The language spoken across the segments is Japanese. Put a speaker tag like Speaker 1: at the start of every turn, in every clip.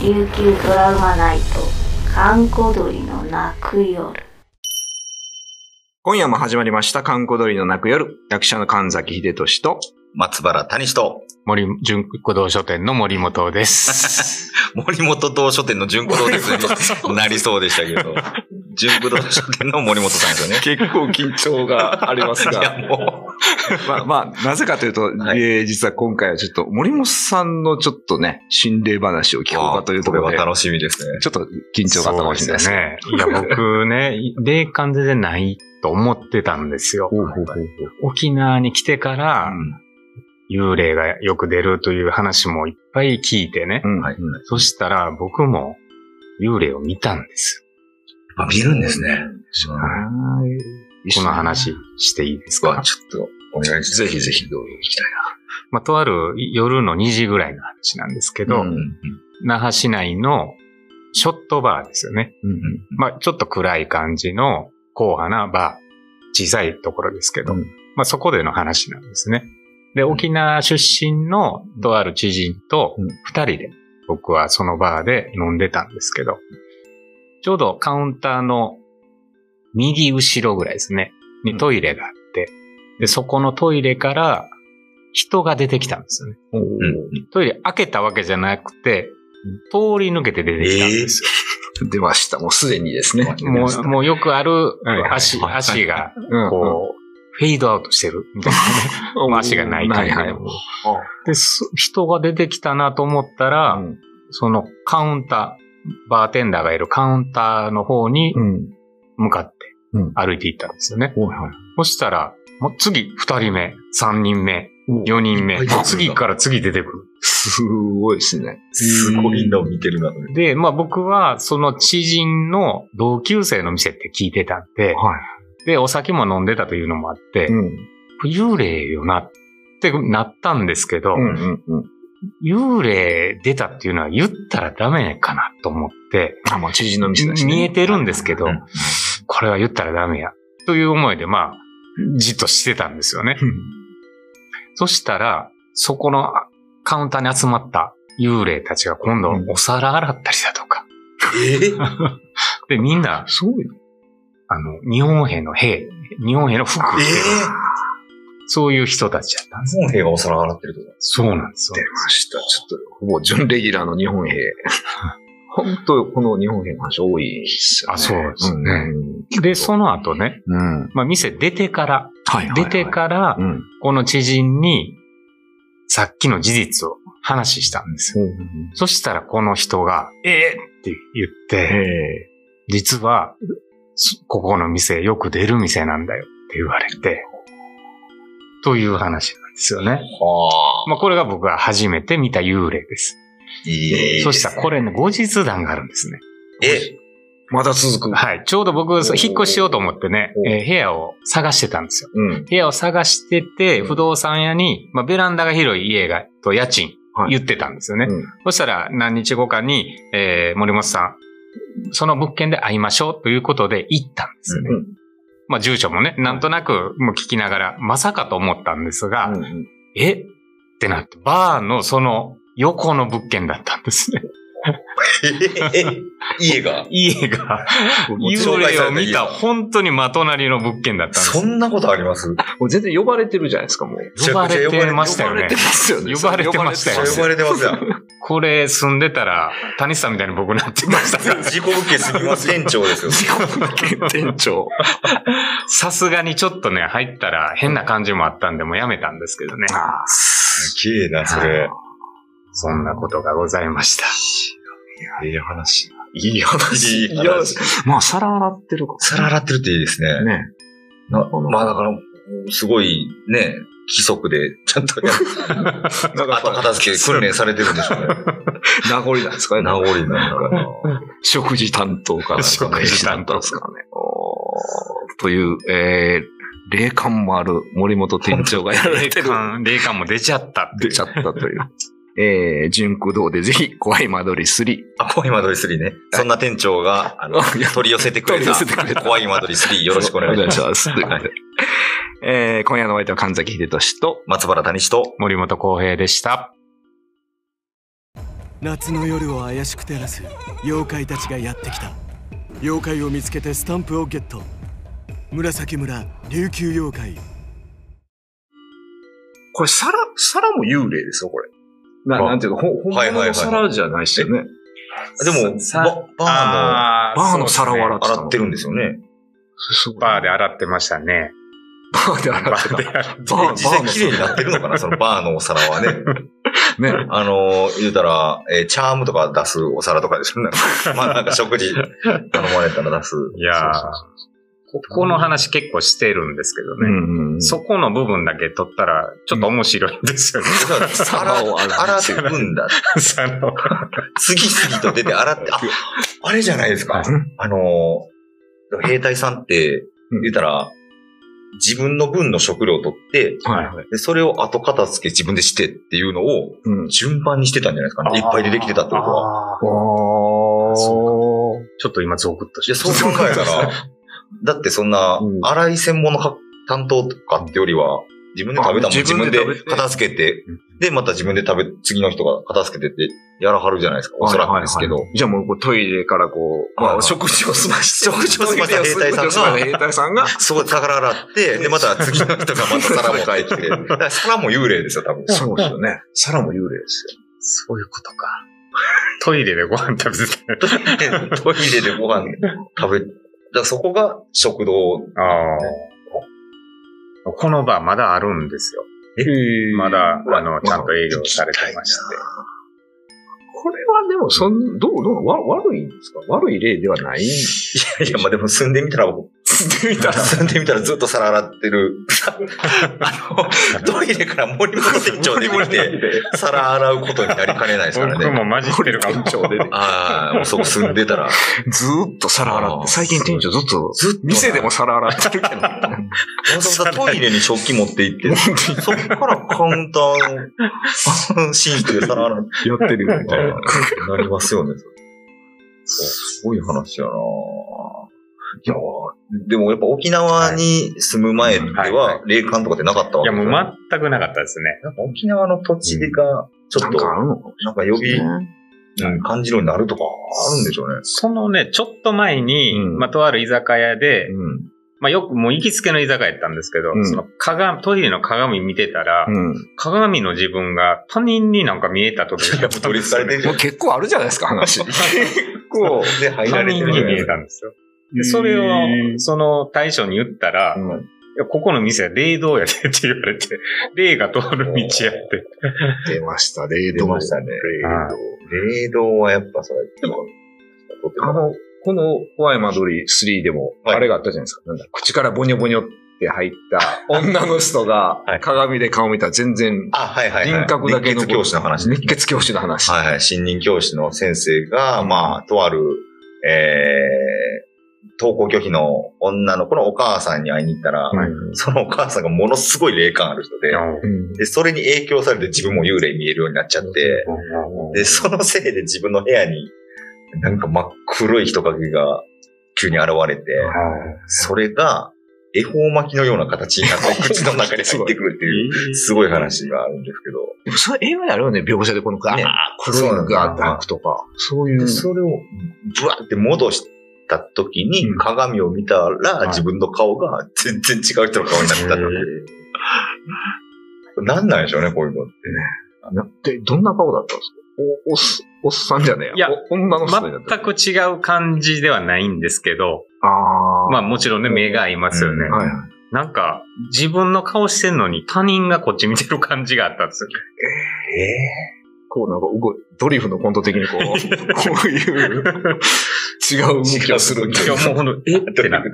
Speaker 1: 琉球ドラマナイト閑古鳥の泣く夜
Speaker 2: 今夜も始まりました、観光鳥の泣く夜。役者の神崎秀俊と、
Speaker 3: 松原谷志と、
Speaker 4: 森純子堂書店の森本です。
Speaker 3: 森本堂書店の純子堂ですになりそうでしたけど、純子堂書店の森本さんですよね。
Speaker 2: 結構緊張があります
Speaker 3: い
Speaker 2: が、
Speaker 3: や、も
Speaker 2: まあまあ、なぜかというと、
Speaker 3: はい
Speaker 2: えー実は今回はちょっと森本さんのちょっとね、心霊話を
Speaker 3: う、
Speaker 2: 聞こうかというところ
Speaker 3: これ
Speaker 2: で
Speaker 3: は、楽しみですね。
Speaker 2: ちょっと 緊張があったかもしれないです
Speaker 4: そう
Speaker 2: ね。
Speaker 4: ね。いや、僕ね、 霊感全然ないと思ってたんですよ。
Speaker 2: ほうほうほう
Speaker 4: 沖縄に来てか
Speaker 2: う
Speaker 4: ら、
Speaker 2: ん
Speaker 4: 幽霊がよく出るという話もいっぱい聞いてね。
Speaker 2: うん
Speaker 3: はい
Speaker 4: そしたら、僕も幽霊を見たんです
Speaker 3: あ見るんですね。
Speaker 4: よ。はいこの話していいです
Speaker 3: は
Speaker 4: か
Speaker 3: ちょっと、お願いします。ぜひぜひ、どうぞ聞きたい
Speaker 4: まあ、とある夜の2時ぐらいの話なんですけ
Speaker 3: な
Speaker 4: ど、
Speaker 3: うん
Speaker 4: 那覇市内のショットバーですよね。
Speaker 2: うん
Speaker 4: まあ、ちょっと暗い感じの硬派なバー、小さいところですけど、
Speaker 2: うん
Speaker 4: まあそこでの話なんですね。で、沖縄出身のとある知人と
Speaker 2: うん
Speaker 4: 二人で、僕はそのバーで飲んでたんですけど、ちょうどカウンターの右後ろぐらいですね、にトイレがあって、で、そこのトイレから人が出てきたんですよね。
Speaker 2: おー
Speaker 4: トイレ開けたわけじゃなくて、通り抜けて出てきたんですよ。
Speaker 2: 出ました。もうすでにですね。
Speaker 4: もう、もうよくある
Speaker 2: いはい
Speaker 4: 足、足が、
Speaker 2: うん
Speaker 4: こう、フェードアウトしてるみた いなね。まあ足がない感じ
Speaker 2: はい
Speaker 4: で
Speaker 2: はい。
Speaker 4: で、そ人が出てきたなと思ったら、
Speaker 2: うん
Speaker 4: そのカウンター、バーテンダーがいるカウンターの方に
Speaker 2: うん。
Speaker 4: 向かって
Speaker 2: うん
Speaker 4: 歩いていったんですよね。
Speaker 2: はいはい
Speaker 4: そしたら、もう次、二人目、三人目、
Speaker 2: おー
Speaker 4: 四人
Speaker 3: いっ
Speaker 4: 目
Speaker 3: ぱい出てくる、な
Speaker 4: 次から次出てくる。
Speaker 2: すごいですね。
Speaker 3: すごいのを見てるな。これ
Speaker 4: で、まあ僕はその知人の同級生の店って聞いてたんで、
Speaker 2: は
Speaker 4: で、お酒も飲んでたというのもあって、
Speaker 2: うん。
Speaker 4: 幽霊よなってなったんですけど、
Speaker 2: うんうんうん。
Speaker 4: 幽霊出たっていうのは言ったらダメかなと思って、
Speaker 2: あ、もう知人の店だし、ね。
Speaker 4: 見えてるんですけど、
Speaker 3: うん
Speaker 4: これは言ったらダメや。という思いで、まあ、じっとしてたんですよね。そしたら、そこのカウンターに集まった幽霊たちが今度
Speaker 2: うん
Speaker 4: お皿洗ったりだとか。
Speaker 3: えー
Speaker 4: で、みんな、
Speaker 2: すごいな。
Speaker 4: あの、日本兵の兵、日本兵の服着てる、
Speaker 3: え
Speaker 4: そういう人たちだったん
Speaker 3: ー
Speaker 4: です。
Speaker 3: 日本兵がお皿洗ってると
Speaker 4: そうなんですよ
Speaker 2: 出。ました。ちょっと、ほぼ準レギュラーの日本兵。本当この日本兵の話多いですよね。
Speaker 4: あそうですね
Speaker 2: うん
Speaker 4: で、その後ね、
Speaker 2: うん。
Speaker 4: まあ、店出てから、
Speaker 2: はい
Speaker 4: 出てから
Speaker 2: う、ん。
Speaker 4: この知人に、さっきの事実を話したんですよ。そしたらこの人が、ええって言って、
Speaker 2: え
Speaker 4: 実は、そここの店、よく出る店なんだよって言われて、という話なんですよね。
Speaker 3: はあ。
Speaker 4: まあ、これが僕が初めて見た幽霊です。
Speaker 3: いい
Speaker 4: そしたらこれね、後日談があるんですね。
Speaker 3: え、
Speaker 2: まだ続く。
Speaker 4: はい。ちょうど僕、そう引っ越しようと思ってね
Speaker 2: お、う
Speaker 4: えー部屋を探してたんですよ。
Speaker 2: うん。
Speaker 4: 部屋を探してて、不動産屋に、まあ、ベランダが広い家が、と家賃
Speaker 2: はい
Speaker 4: 言ってたんですよね。
Speaker 2: うん
Speaker 4: そしたら何日後かに、えー森本さん、その物件で会いましょうということで行ったんですよね。
Speaker 2: うん
Speaker 4: まあ、住所もね、なんとなくもう聞きながら、まさかと思ったんですが、
Speaker 2: うん
Speaker 4: えってなって、バーのその横の物件だったんです ね。
Speaker 3: え、え、家が
Speaker 4: 家 が、幽霊を見た本当に真隣の物件だったんです
Speaker 3: そんなことあります
Speaker 2: もう全然呼ばれてるじゃないですか、もう。
Speaker 3: ちゃ
Speaker 4: 呼ば
Speaker 3: くちゃ
Speaker 4: れ
Speaker 3: 呼ばれて
Speaker 4: てましたよ
Speaker 2: 呼ばれ
Speaker 4: ね
Speaker 2: てま。すよね。
Speaker 4: 呼ばれてましたよね
Speaker 3: 呼ばれてますやん。
Speaker 4: これ住んでたら、谷さんみたいに僕なってましたから。
Speaker 3: 事故物件すみます店長ですよ。
Speaker 2: 店長。
Speaker 4: さすがにちょっとね、入ったら変な感じもあったんで、もうやめたんですけどね。
Speaker 2: あ
Speaker 3: すげえな、それ。
Speaker 4: そんなことがございました。
Speaker 3: いい話。
Speaker 2: いい話。
Speaker 3: いい話。
Speaker 2: まあ、皿洗ってるか
Speaker 3: 皿洗ってるっていいですね。
Speaker 2: らね。
Speaker 3: なまあだから、すごいね、規則で、ちゃんとやる、後片付け訓練されてるんでしょうね。
Speaker 2: 名残なんですかね。
Speaker 3: 名残なのかな。
Speaker 2: 食事担当から、
Speaker 4: 食事担当
Speaker 2: ですからね。おーという、えー、霊感もある森本店長がやられ
Speaker 4: 霊
Speaker 2: てる。
Speaker 4: 感、霊感も出ちゃった。
Speaker 2: 出ちゃったという。 えー、純駆動でぜひ、怖い間取り3。
Speaker 3: あ、怖い間取り3ね。そんな店長が、あの、取り寄せてくれ
Speaker 2: 取り寄せてくれた
Speaker 3: た、怖い間取り3よろしくお願いします。
Speaker 2: ます。ということで。えー、今夜のお相手は神崎秀俊と、
Speaker 3: 松原谷志と、
Speaker 4: 森本浩平でした。
Speaker 5: 夏の夜を怪しく照らす妖怪たちがやってきた妖怪を見つけてスタンプをゲット紫村琉球妖怪
Speaker 2: これ、皿、皿も幽霊ですよ、これ。な、
Speaker 3: あ
Speaker 2: なんていうの、ほ、ほん
Speaker 3: はいはいはい
Speaker 2: の皿じゃないですよね。
Speaker 3: でも、
Speaker 4: さ
Speaker 3: ババ
Speaker 4: あー
Speaker 2: バーの皿を洗
Speaker 3: ーの洗ってるんですよね。
Speaker 2: すごい
Speaker 4: バーで洗ってましたね。
Speaker 2: バーで洗
Speaker 4: バ
Speaker 2: って
Speaker 4: ー
Speaker 2: た。
Speaker 4: で洗って
Speaker 2: バー
Speaker 3: 実際綺麗になってる のかなそのバーのお皿はね。
Speaker 2: ね。
Speaker 3: あのー、言うたら、えーチャームとか出すお皿とかですよね。 まあなんか食事頼まれたら出す。
Speaker 4: いやー
Speaker 3: そうそう
Speaker 4: ここの話結構してるんですけど
Speaker 2: う
Speaker 4: ね。
Speaker 2: んうんうん。
Speaker 4: そこの部分だけ取ったら、ちょっと面白いんですよ ね。
Speaker 3: そうだから
Speaker 2: 皿を洗う
Speaker 3: 洗ってくんだ。
Speaker 4: その
Speaker 3: 次々と出て洗って、あ、あれじゃないですか。あのー、兵隊さんって、
Speaker 2: うん
Speaker 3: 言うたら、自分の分の食料を取って、
Speaker 2: はいはい。
Speaker 3: でそれを後片付け自分でしてっていうのを
Speaker 2: うん。
Speaker 3: 順番にしてたんじゃないですかね。いっぱい出てきてたってことは。
Speaker 4: あー
Speaker 2: おー。
Speaker 4: ちょっと今ゾクッとし
Speaker 3: いや、そう考えたら、だってそんな
Speaker 2: う、ん
Speaker 3: 洗い専門のか担当とかってよりは、自分で食べたもん
Speaker 2: あ自
Speaker 3: 自
Speaker 2: 分
Speaker 3: 分
Speaker 2: で
Speaker 3: で
Speaker 2: 食べて
Speaker 3: 片付けて
Speaker 4: うん、
Speaker 3: で、また自分で食べ、次の人が片付けてってやらはるじゃないですか。おそらくです
Speaker 2: は
Speaker 3: け
Speaker 2: い
Speaker 3: ど
Speaker 2: はい。はいじゃあもうこうトイレからこう、
Speaker 3: はい
Speaker 2: ま
Speaker 3: は
Speaker 2: あ
Speaker 3: い
Speaker 2: 食事を済まして、
Speaker 3: 食事を済ました兵隊さ
Speaker 2: 食事を済
Speaker 3: んが
Speaker 2: ました兵隊さんが、
Speaker 3: そこで宝洗って、で、また次の人がまた皿も帰 ってきて。だから皿も幽霊ですよ、多分。
Speaker 2: そうですよね。皿も幽霊ですよ。
Speaker 4: そういうことか。トイレでご飯食べてた。
Speaker 3: トイレでご飯食べ、だからそこが食堂。
Speaker 4: ああ。このバーまだあるんですよ。まだ、あの、ちゃんと営業されてまして。
Speaker 2: これはでも、そん、どう、どう、わ、悪いんですか悪い例ではない
Speaker 3: いやいや、まあでも住んでみたら、住んでみたら、 住んでみたらずっと皿洗ってる。 あの、トイレから森本店長出てきて、皿洗うことになりかねないですから
Speaker 4: 僕
Speaker 3: ね。
Speaker 4: も混じってるかも。
Speaker 2: 長でね
Speaker 3: ああ、もうそこ住んでたら。
Speaker 2: ずーっと皿洗っ
Speaker 3: あ
Speaker 2: て、
Speaker 3: ー
Speaker 2: 最近店長ずっと、
Speaker 3: ずっとな
Speaker 2: 店でも皿洗ってるけど、
Speaker 3: わざわざトイレに食器持って行 って、そこからカウンターの、シーンクで皿洗 う。
Speaker 2: やってるみたいな。
Speaker 3: なりますよね、それすごい話やなぁいやぁでもやっぱ沖縄に住む前で
Speaker 4: はいはい
Speaker 3: は、霊感とかってなかったわ
Speaker 4: い
Speaker 3: け
Speaker 4: や、
Speaker 3: です
Speaker 4: も
Speaker 3: よ
Speaker 4: う
Speaker 3: ね
Speaker 4: 全くなかったですね。
Speaker 3: なんか沖縄の土地が、ちょ
Speaker 2: な
Speaker 3: っ
Speaker 2: ん
Speaker 3: と、
Speaker 2: かあるの
Speaker 3: なんか呼び、うん感じるようになるとか、あるんでしょうね。
Speaker 4: そのね、ちょっと前に、
Speaker 2: うん
Speaker 4: まあ、とある居酒屋で、
Speaker 2: うん。
Speaker 4: まあ、よくもう行きつけの居酒屋やったんですけど、
Speaker 2: うん
Speaker 4: その鏡、トイレの鏡見てたら、
Speaker 2: うん。
Speaker 4: 鏡の自分が他人になんか見えた時があったん
Speaker 3: 取
Speaker 4: で
Speaker 3: り
Speaker 4: す
Speaker 3: つか
Speaker 4: よ
Speaker 3: れてる
Speaker 4: ね。
Speaker 3: じゃ
Speaker 2: もう。
Speaker 3: ん
Speaker 2: 結構あるじゃないですか、話。
Speaker 3: こう、で入
Speaker 4: 他
Speaker 3: られて
Speaker 4: 人
Speaker 3: る
Speaker 4: に
Speaker 3: じゃ
Speaker 4: 見
Speaker 3: ないで
Speaker 4: え
Speaker 3: すか
Speaker 4: たんですよ。で、それ
Speaker 2: へ
Speaker 4: を、その大将に言ったら、い
Speaker 2: うん
Speaker 4: やここの店は霊道やでって言われ て、霊が通る道やって。
Speaker 2: 出ました、霊
Speaker 3: 出
Speaker 2: 道。
Speaker 3: ましたね。
Speaker 4: は
Speaker 3: 霊道はやっぱそれ、でも、
Speaker 2: あの、この、怖い間取り3でも、
Speaker 3: はい
Speaker 2: あれがあったじゃないですか。なんだ口からボニョボニョって入った女の人が
Speaker 3: は、い
Speaker 2: 鏡で顔見たら全然、
Speaker 3: あ、はいはいはい。
Speaker 2: 輪郭だけの。
Speaker 3: 熱血教師の話ね
Speaker 2: 熱血教師の話。
Speaker 3: はいはい。新任教師の先生が、まあ、とある、えー、登校拒否の女の子のお母さんに会いに行ったら、
Speaker 2: はい
Speaker 3: そのお母さんがものすごい霊感ある人で、
Speaker 2: うん
Speaker 3: で、それに影響されて自分も幽霊見えるようになっちゃって、で、そのせいで自分の部屋に、なんか真っ黒い人影が急に現れて、それが、恵方巻きのような形になって、口の中に入ってくるっていう、すごい話があるんですけど、
Speaker 2: でもそれ映画であるよね、描写でこの、あ
Speaker 3: ね
Speaker 2: あ、黒いのが抱くとか。そういう
Speaker 3: で、。それを、ブワって戻した時に
Speaker 2: うん、
Speaker 3: 鏡を見たら、
Speaker 4: はい
Speaker 3: 自分の顔が全然違う人の顔になってたっていう。なんなんでしょうね、こういうのって。
Speaker 2: なで、どんな顔だったんですかお、おっす、おっさんじゃねえ
Speaker 4: いや
Speaker 2: お女の人だった。
Speaker 4: 全く違う感じではないんですけど、
Speaker 2: ああ。
Speaker 4: まあもちろんね、目が合いますよね。
Speaker 3: うん
Speaker 2: はいはい。
Speaker 4: なんか、自分の顔してんのに他人がこっち見てる感じがあったんですよ。
Speaker 2: ええこうなんか動い、ドリフのコント的に こう、こう いう、違う動きをする
Speaker 4: いや、もうほんと、えってなって。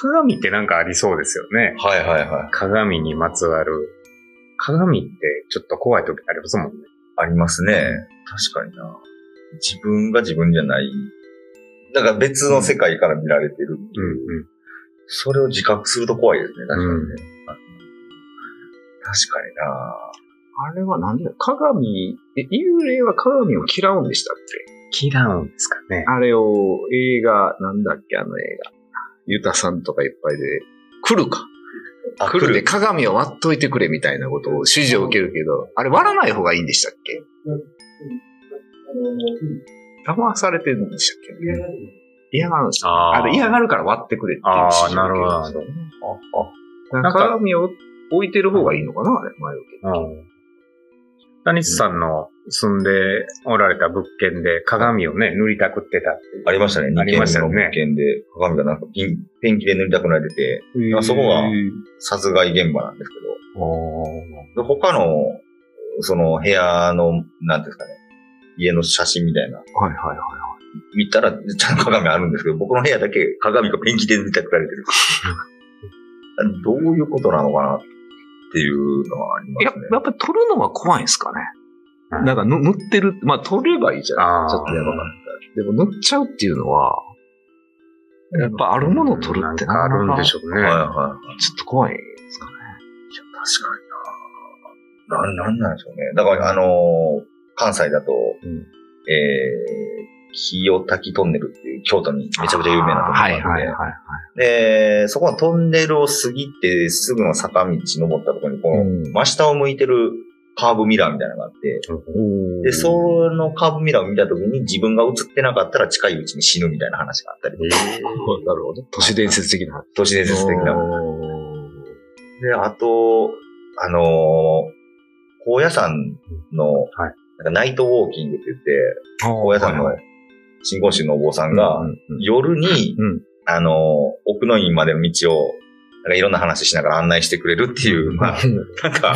Speaker 4: 鏡ってなんかありそうですよね。
Speaker 3: はいはいはい。
Speaker 4: 鏡にまつわる。鏡ってちょっと怖い時ありますもんね。
Speaker 3: ありますね。確かにな。自分が自分じゃない。なんか別の世界から見られてる。それを自覚すると怖いですね、確かにね。確かにな。
Speaker 2: あれは何だ鏡、え、幽霊は鏡を嫌うんでしたっけ
Speaker 4: 嫌うんですかね。
Speaker 2: あれを、映画、なんだっけ、あの映画。ユタさんとかいっぱいで、来るか。
Speaker 3: あ
Speaker 2: 来るで鏡を割っといてくれみたいなことを指示を受けるけど、あれ割らない方がいいんでしたっけ騙されてるんでしたっけ、ね、嫌がるんですよ
Speaker 4: あ
Speaker 2: あれ嫌がるから割ってくれっていう指示を受けんですよね
Speaker 4: なんか
Speaker 2: 鏡を置いてる方がいいのかなあれ、前置き。
Speaker 4: うん。谷地さんの住んでおられた物件で鏡をね、塗りたくってたっていう
Speaker 3: ありましたね。
Speaker 4: あ
Speaker 3: 2
Speaker 4: りまし
Speaker 3: 件
Speaker 4: たよ
Speaker 3: の
Speaker 4: ね
Speaker 3: 物件で、鏡がなんかピン、ペンキで塗りたくなってて、あそこが殺害現場なんですけど、で他の、その部屋の、なんていうんですかね、家の写真みたいな、
Speaker 2: はいはいは
Speaker 3: 見たら、ちゃんと鏡あるんですけど、僕の部屋だけ鏡がペンキで塗りたくられて る。どういうことなのかなっていうのはありま
Speaker 2: い。や
Speaker 3: すね。
Speaker 2: やっぱり撮るのは怖いんですかね。
Speaker 4: うん
Speaker 2: なんかぬ塗ってる、まあ撮ればいいじゃない
Speaker 4: あ
Speaker 2: ですか。ちょっとやばかった。でも塗っちゃうっていうのは、やっぱあるものを撮るって
Speaker 4: なんかあるんでし
Speaker 2: ょ。
Speaker 4: ょうね。
Speaker 3: はいは
Speaker 2: ちょっと怖いですかね。
Speaker 3: い。確かにな。な、なんなんでしょうね。だから、あのー関西だと、
Speaker 2: うん
Speaker 3: えー、清滝トンネルっていう京都にめちゃくちゃ有名なところがあ
Speaker 4: は
Speaker 3: っ
Speaker 4: い
Speaker 3: て、
Speaker 4: はいはい。
Speaker 3: で、そこのトンネルを過ぎて、すぐの坂道登ったところに、この、真下を向いてるカーブミラーみたいなのがあって、で、そのカーブミラーを見たときに自分が映ってなかったら近いうちに死ぬみたいな話があったり、
Speaker 2: なるほど。都市伝説的な。
Speaker 3: 都市伝説的な。で、あと、あのー高野山の、
Speaker 4: はい
Speaker 3: なんかナイトウォーキングって言って、高野山の信号宗のお坊さんが、
Speaker 2: うんうんうん
Speaker 3: 夜に、
Speaker 2: うん
Speaker 3: あのー奥の院までの道を、なんかいろんな話しながら案内してくれるっていう、ま あ、なんか、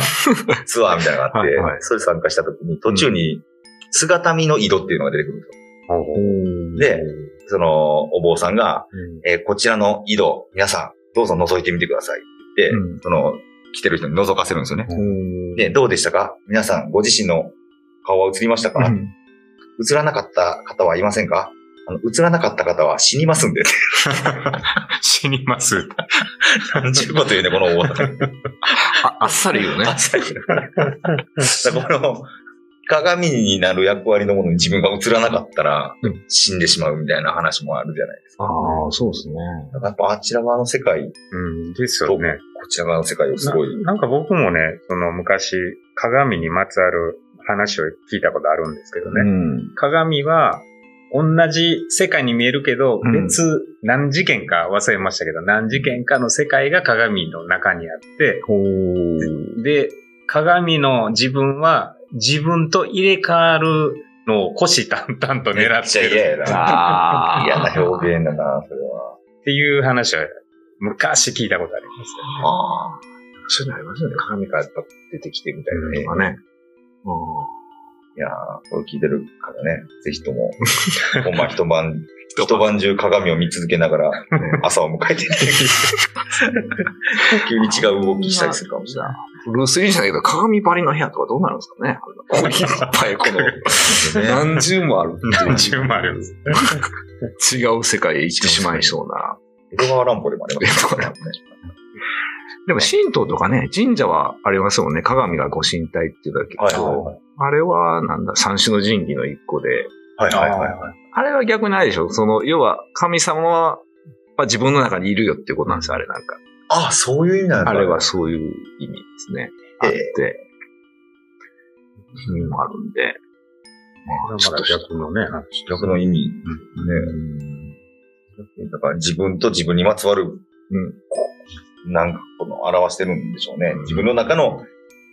Speaker 3: ツアーみたいなのがあって、
Speaker 2: はいはい
Speaker 3: それ参加した時に、途中に、姿見の井戸っていうのが出てくるんですよ。で、その、お坊さんが、えーこちらの井戸、皆さん、どうぞ覗いてみてくださいって言って、
Speaker 2: うん
Speaker 3: その、来てる人に覗かせるんですよね。
Speaker 2: うん
Speaker 3: で、どうでしたか皆さん、ご自身の顔は映りましたか、
Speaker 2: うん
Speaker 3: 映らなかった方はいませんかあの、映らなかった方は死にますんで。
Speaker 4: 死にます。
Speaker 3: なんちゅうこと言うね、この大 技。
Speaker 2: ああっさり言うね
Speaker 3: あ。さりだからこの、鏡になる役割のものに自分が映らなかったら
Speaker 2: うん
Speaker 3: 死んでしまうみたいな話もあるじゃないですか。
Speaker 2: ああ、そうですね。
Speaker 3: だからやっぱあちら側の世界、
Speaker 4: うん、ですよね。
Speaker 3: こちら側の世界をすごい。
Speaker 4: ななんか僕もね、その昔、鏡にまつわる話を聞いたことあるんですけどね。
Speaker 2: うん。
Speaker 4: 鏡は、同じ世界に見えるけど、
Speaker 2: うん
Speaker 4: 別、何事件か忘れましたけど、何事件かの世界が鏡の中にあって、
Speaker 2: ほう。
Speaker 4: で、鏡の自分は自分と入れ替わるのを虎視眈々と狙
Speaker 3: めっ
Speaker 4: っ
Speaker 3: ちゃ
Speaker 4: てる
Speaker 3: 嫌 やな。
Speaker 2: ああ。
Speaker 3: 嫌な表現だな、それは。
Speaker 4: っていう話は昔聞いたことありますよね。
Speaker 2: ああ。そういうのありますよね。鏡がやっぱ出てきてみたいなのがね。う
Speaker 3: いやー、これ聞いてるからね、ぜひと も、ほんま一晩、一晩中鏡を見続けながら、朝を迎えてね急に違う動きしたりするかもし れない。
Speaker 2: ん。ルースリーじゃないけど、鏡張りの部屋とかどうなるんですかね。ここにいっぱいこの、何十もある。
Speaker 4: 何十もあります。
Speaker 2: 違う世界へ行ってしまいそうな。
Speaker 3: 江戸川乱歩でもあります
Speaker 2: 江戸川乱でも神道とかね、神社はありますもんね。鏡がご神体っていうだけど、
Speaker 3: はいは
Speaker 2: あれはなんだ、三種の神器の一個で、
Speaker 3: いはい。はいはいはい。
Speaker 2: あれは逆にないでしょその、要は神様は、まあ、自分の中にいるよっていうことなんですよ、あれなんか。
Speaker 3: あ、そういう意味なんだ。
Speaker 2: あれはそういう意味ですね。あ
Speaker 3: ええ
Speaker 2: って、意味もあるんで。まあちょっと
Speaker 4: 逆のね、話
Speaker 3: 逆の意味。ねだから自分と自分にまつわる、なんかこの表してるんでしょうね。自分の中の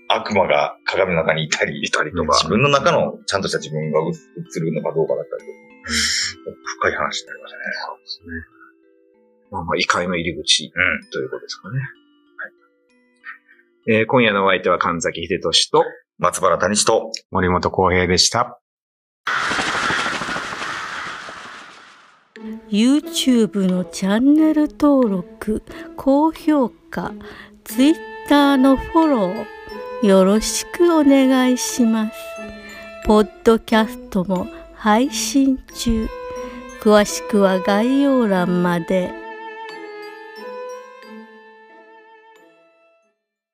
Speaker 3: 悪魔が鏡の中にいたり、いたり
Speaker 2: とか
Speaker 3: 自分の中のちゃんとした自分がう映るのかどうかだったりとか。深い話になりましたね。
Speaker 2: まあまあ、異界の入り口
Speaker 3: うん。
Speaker 2: ということですかね。はいえー今夜のお相手は神崎秀俊と、
Speaker 3: 松原谷氏と、
Speaker 4: 森本浩平でした。
Speaker 6: YouTube のチャンネル登録高評価 Twitter のフォローよろしくお願いしますポッドキャストも配信中詳しくは概要欄まで。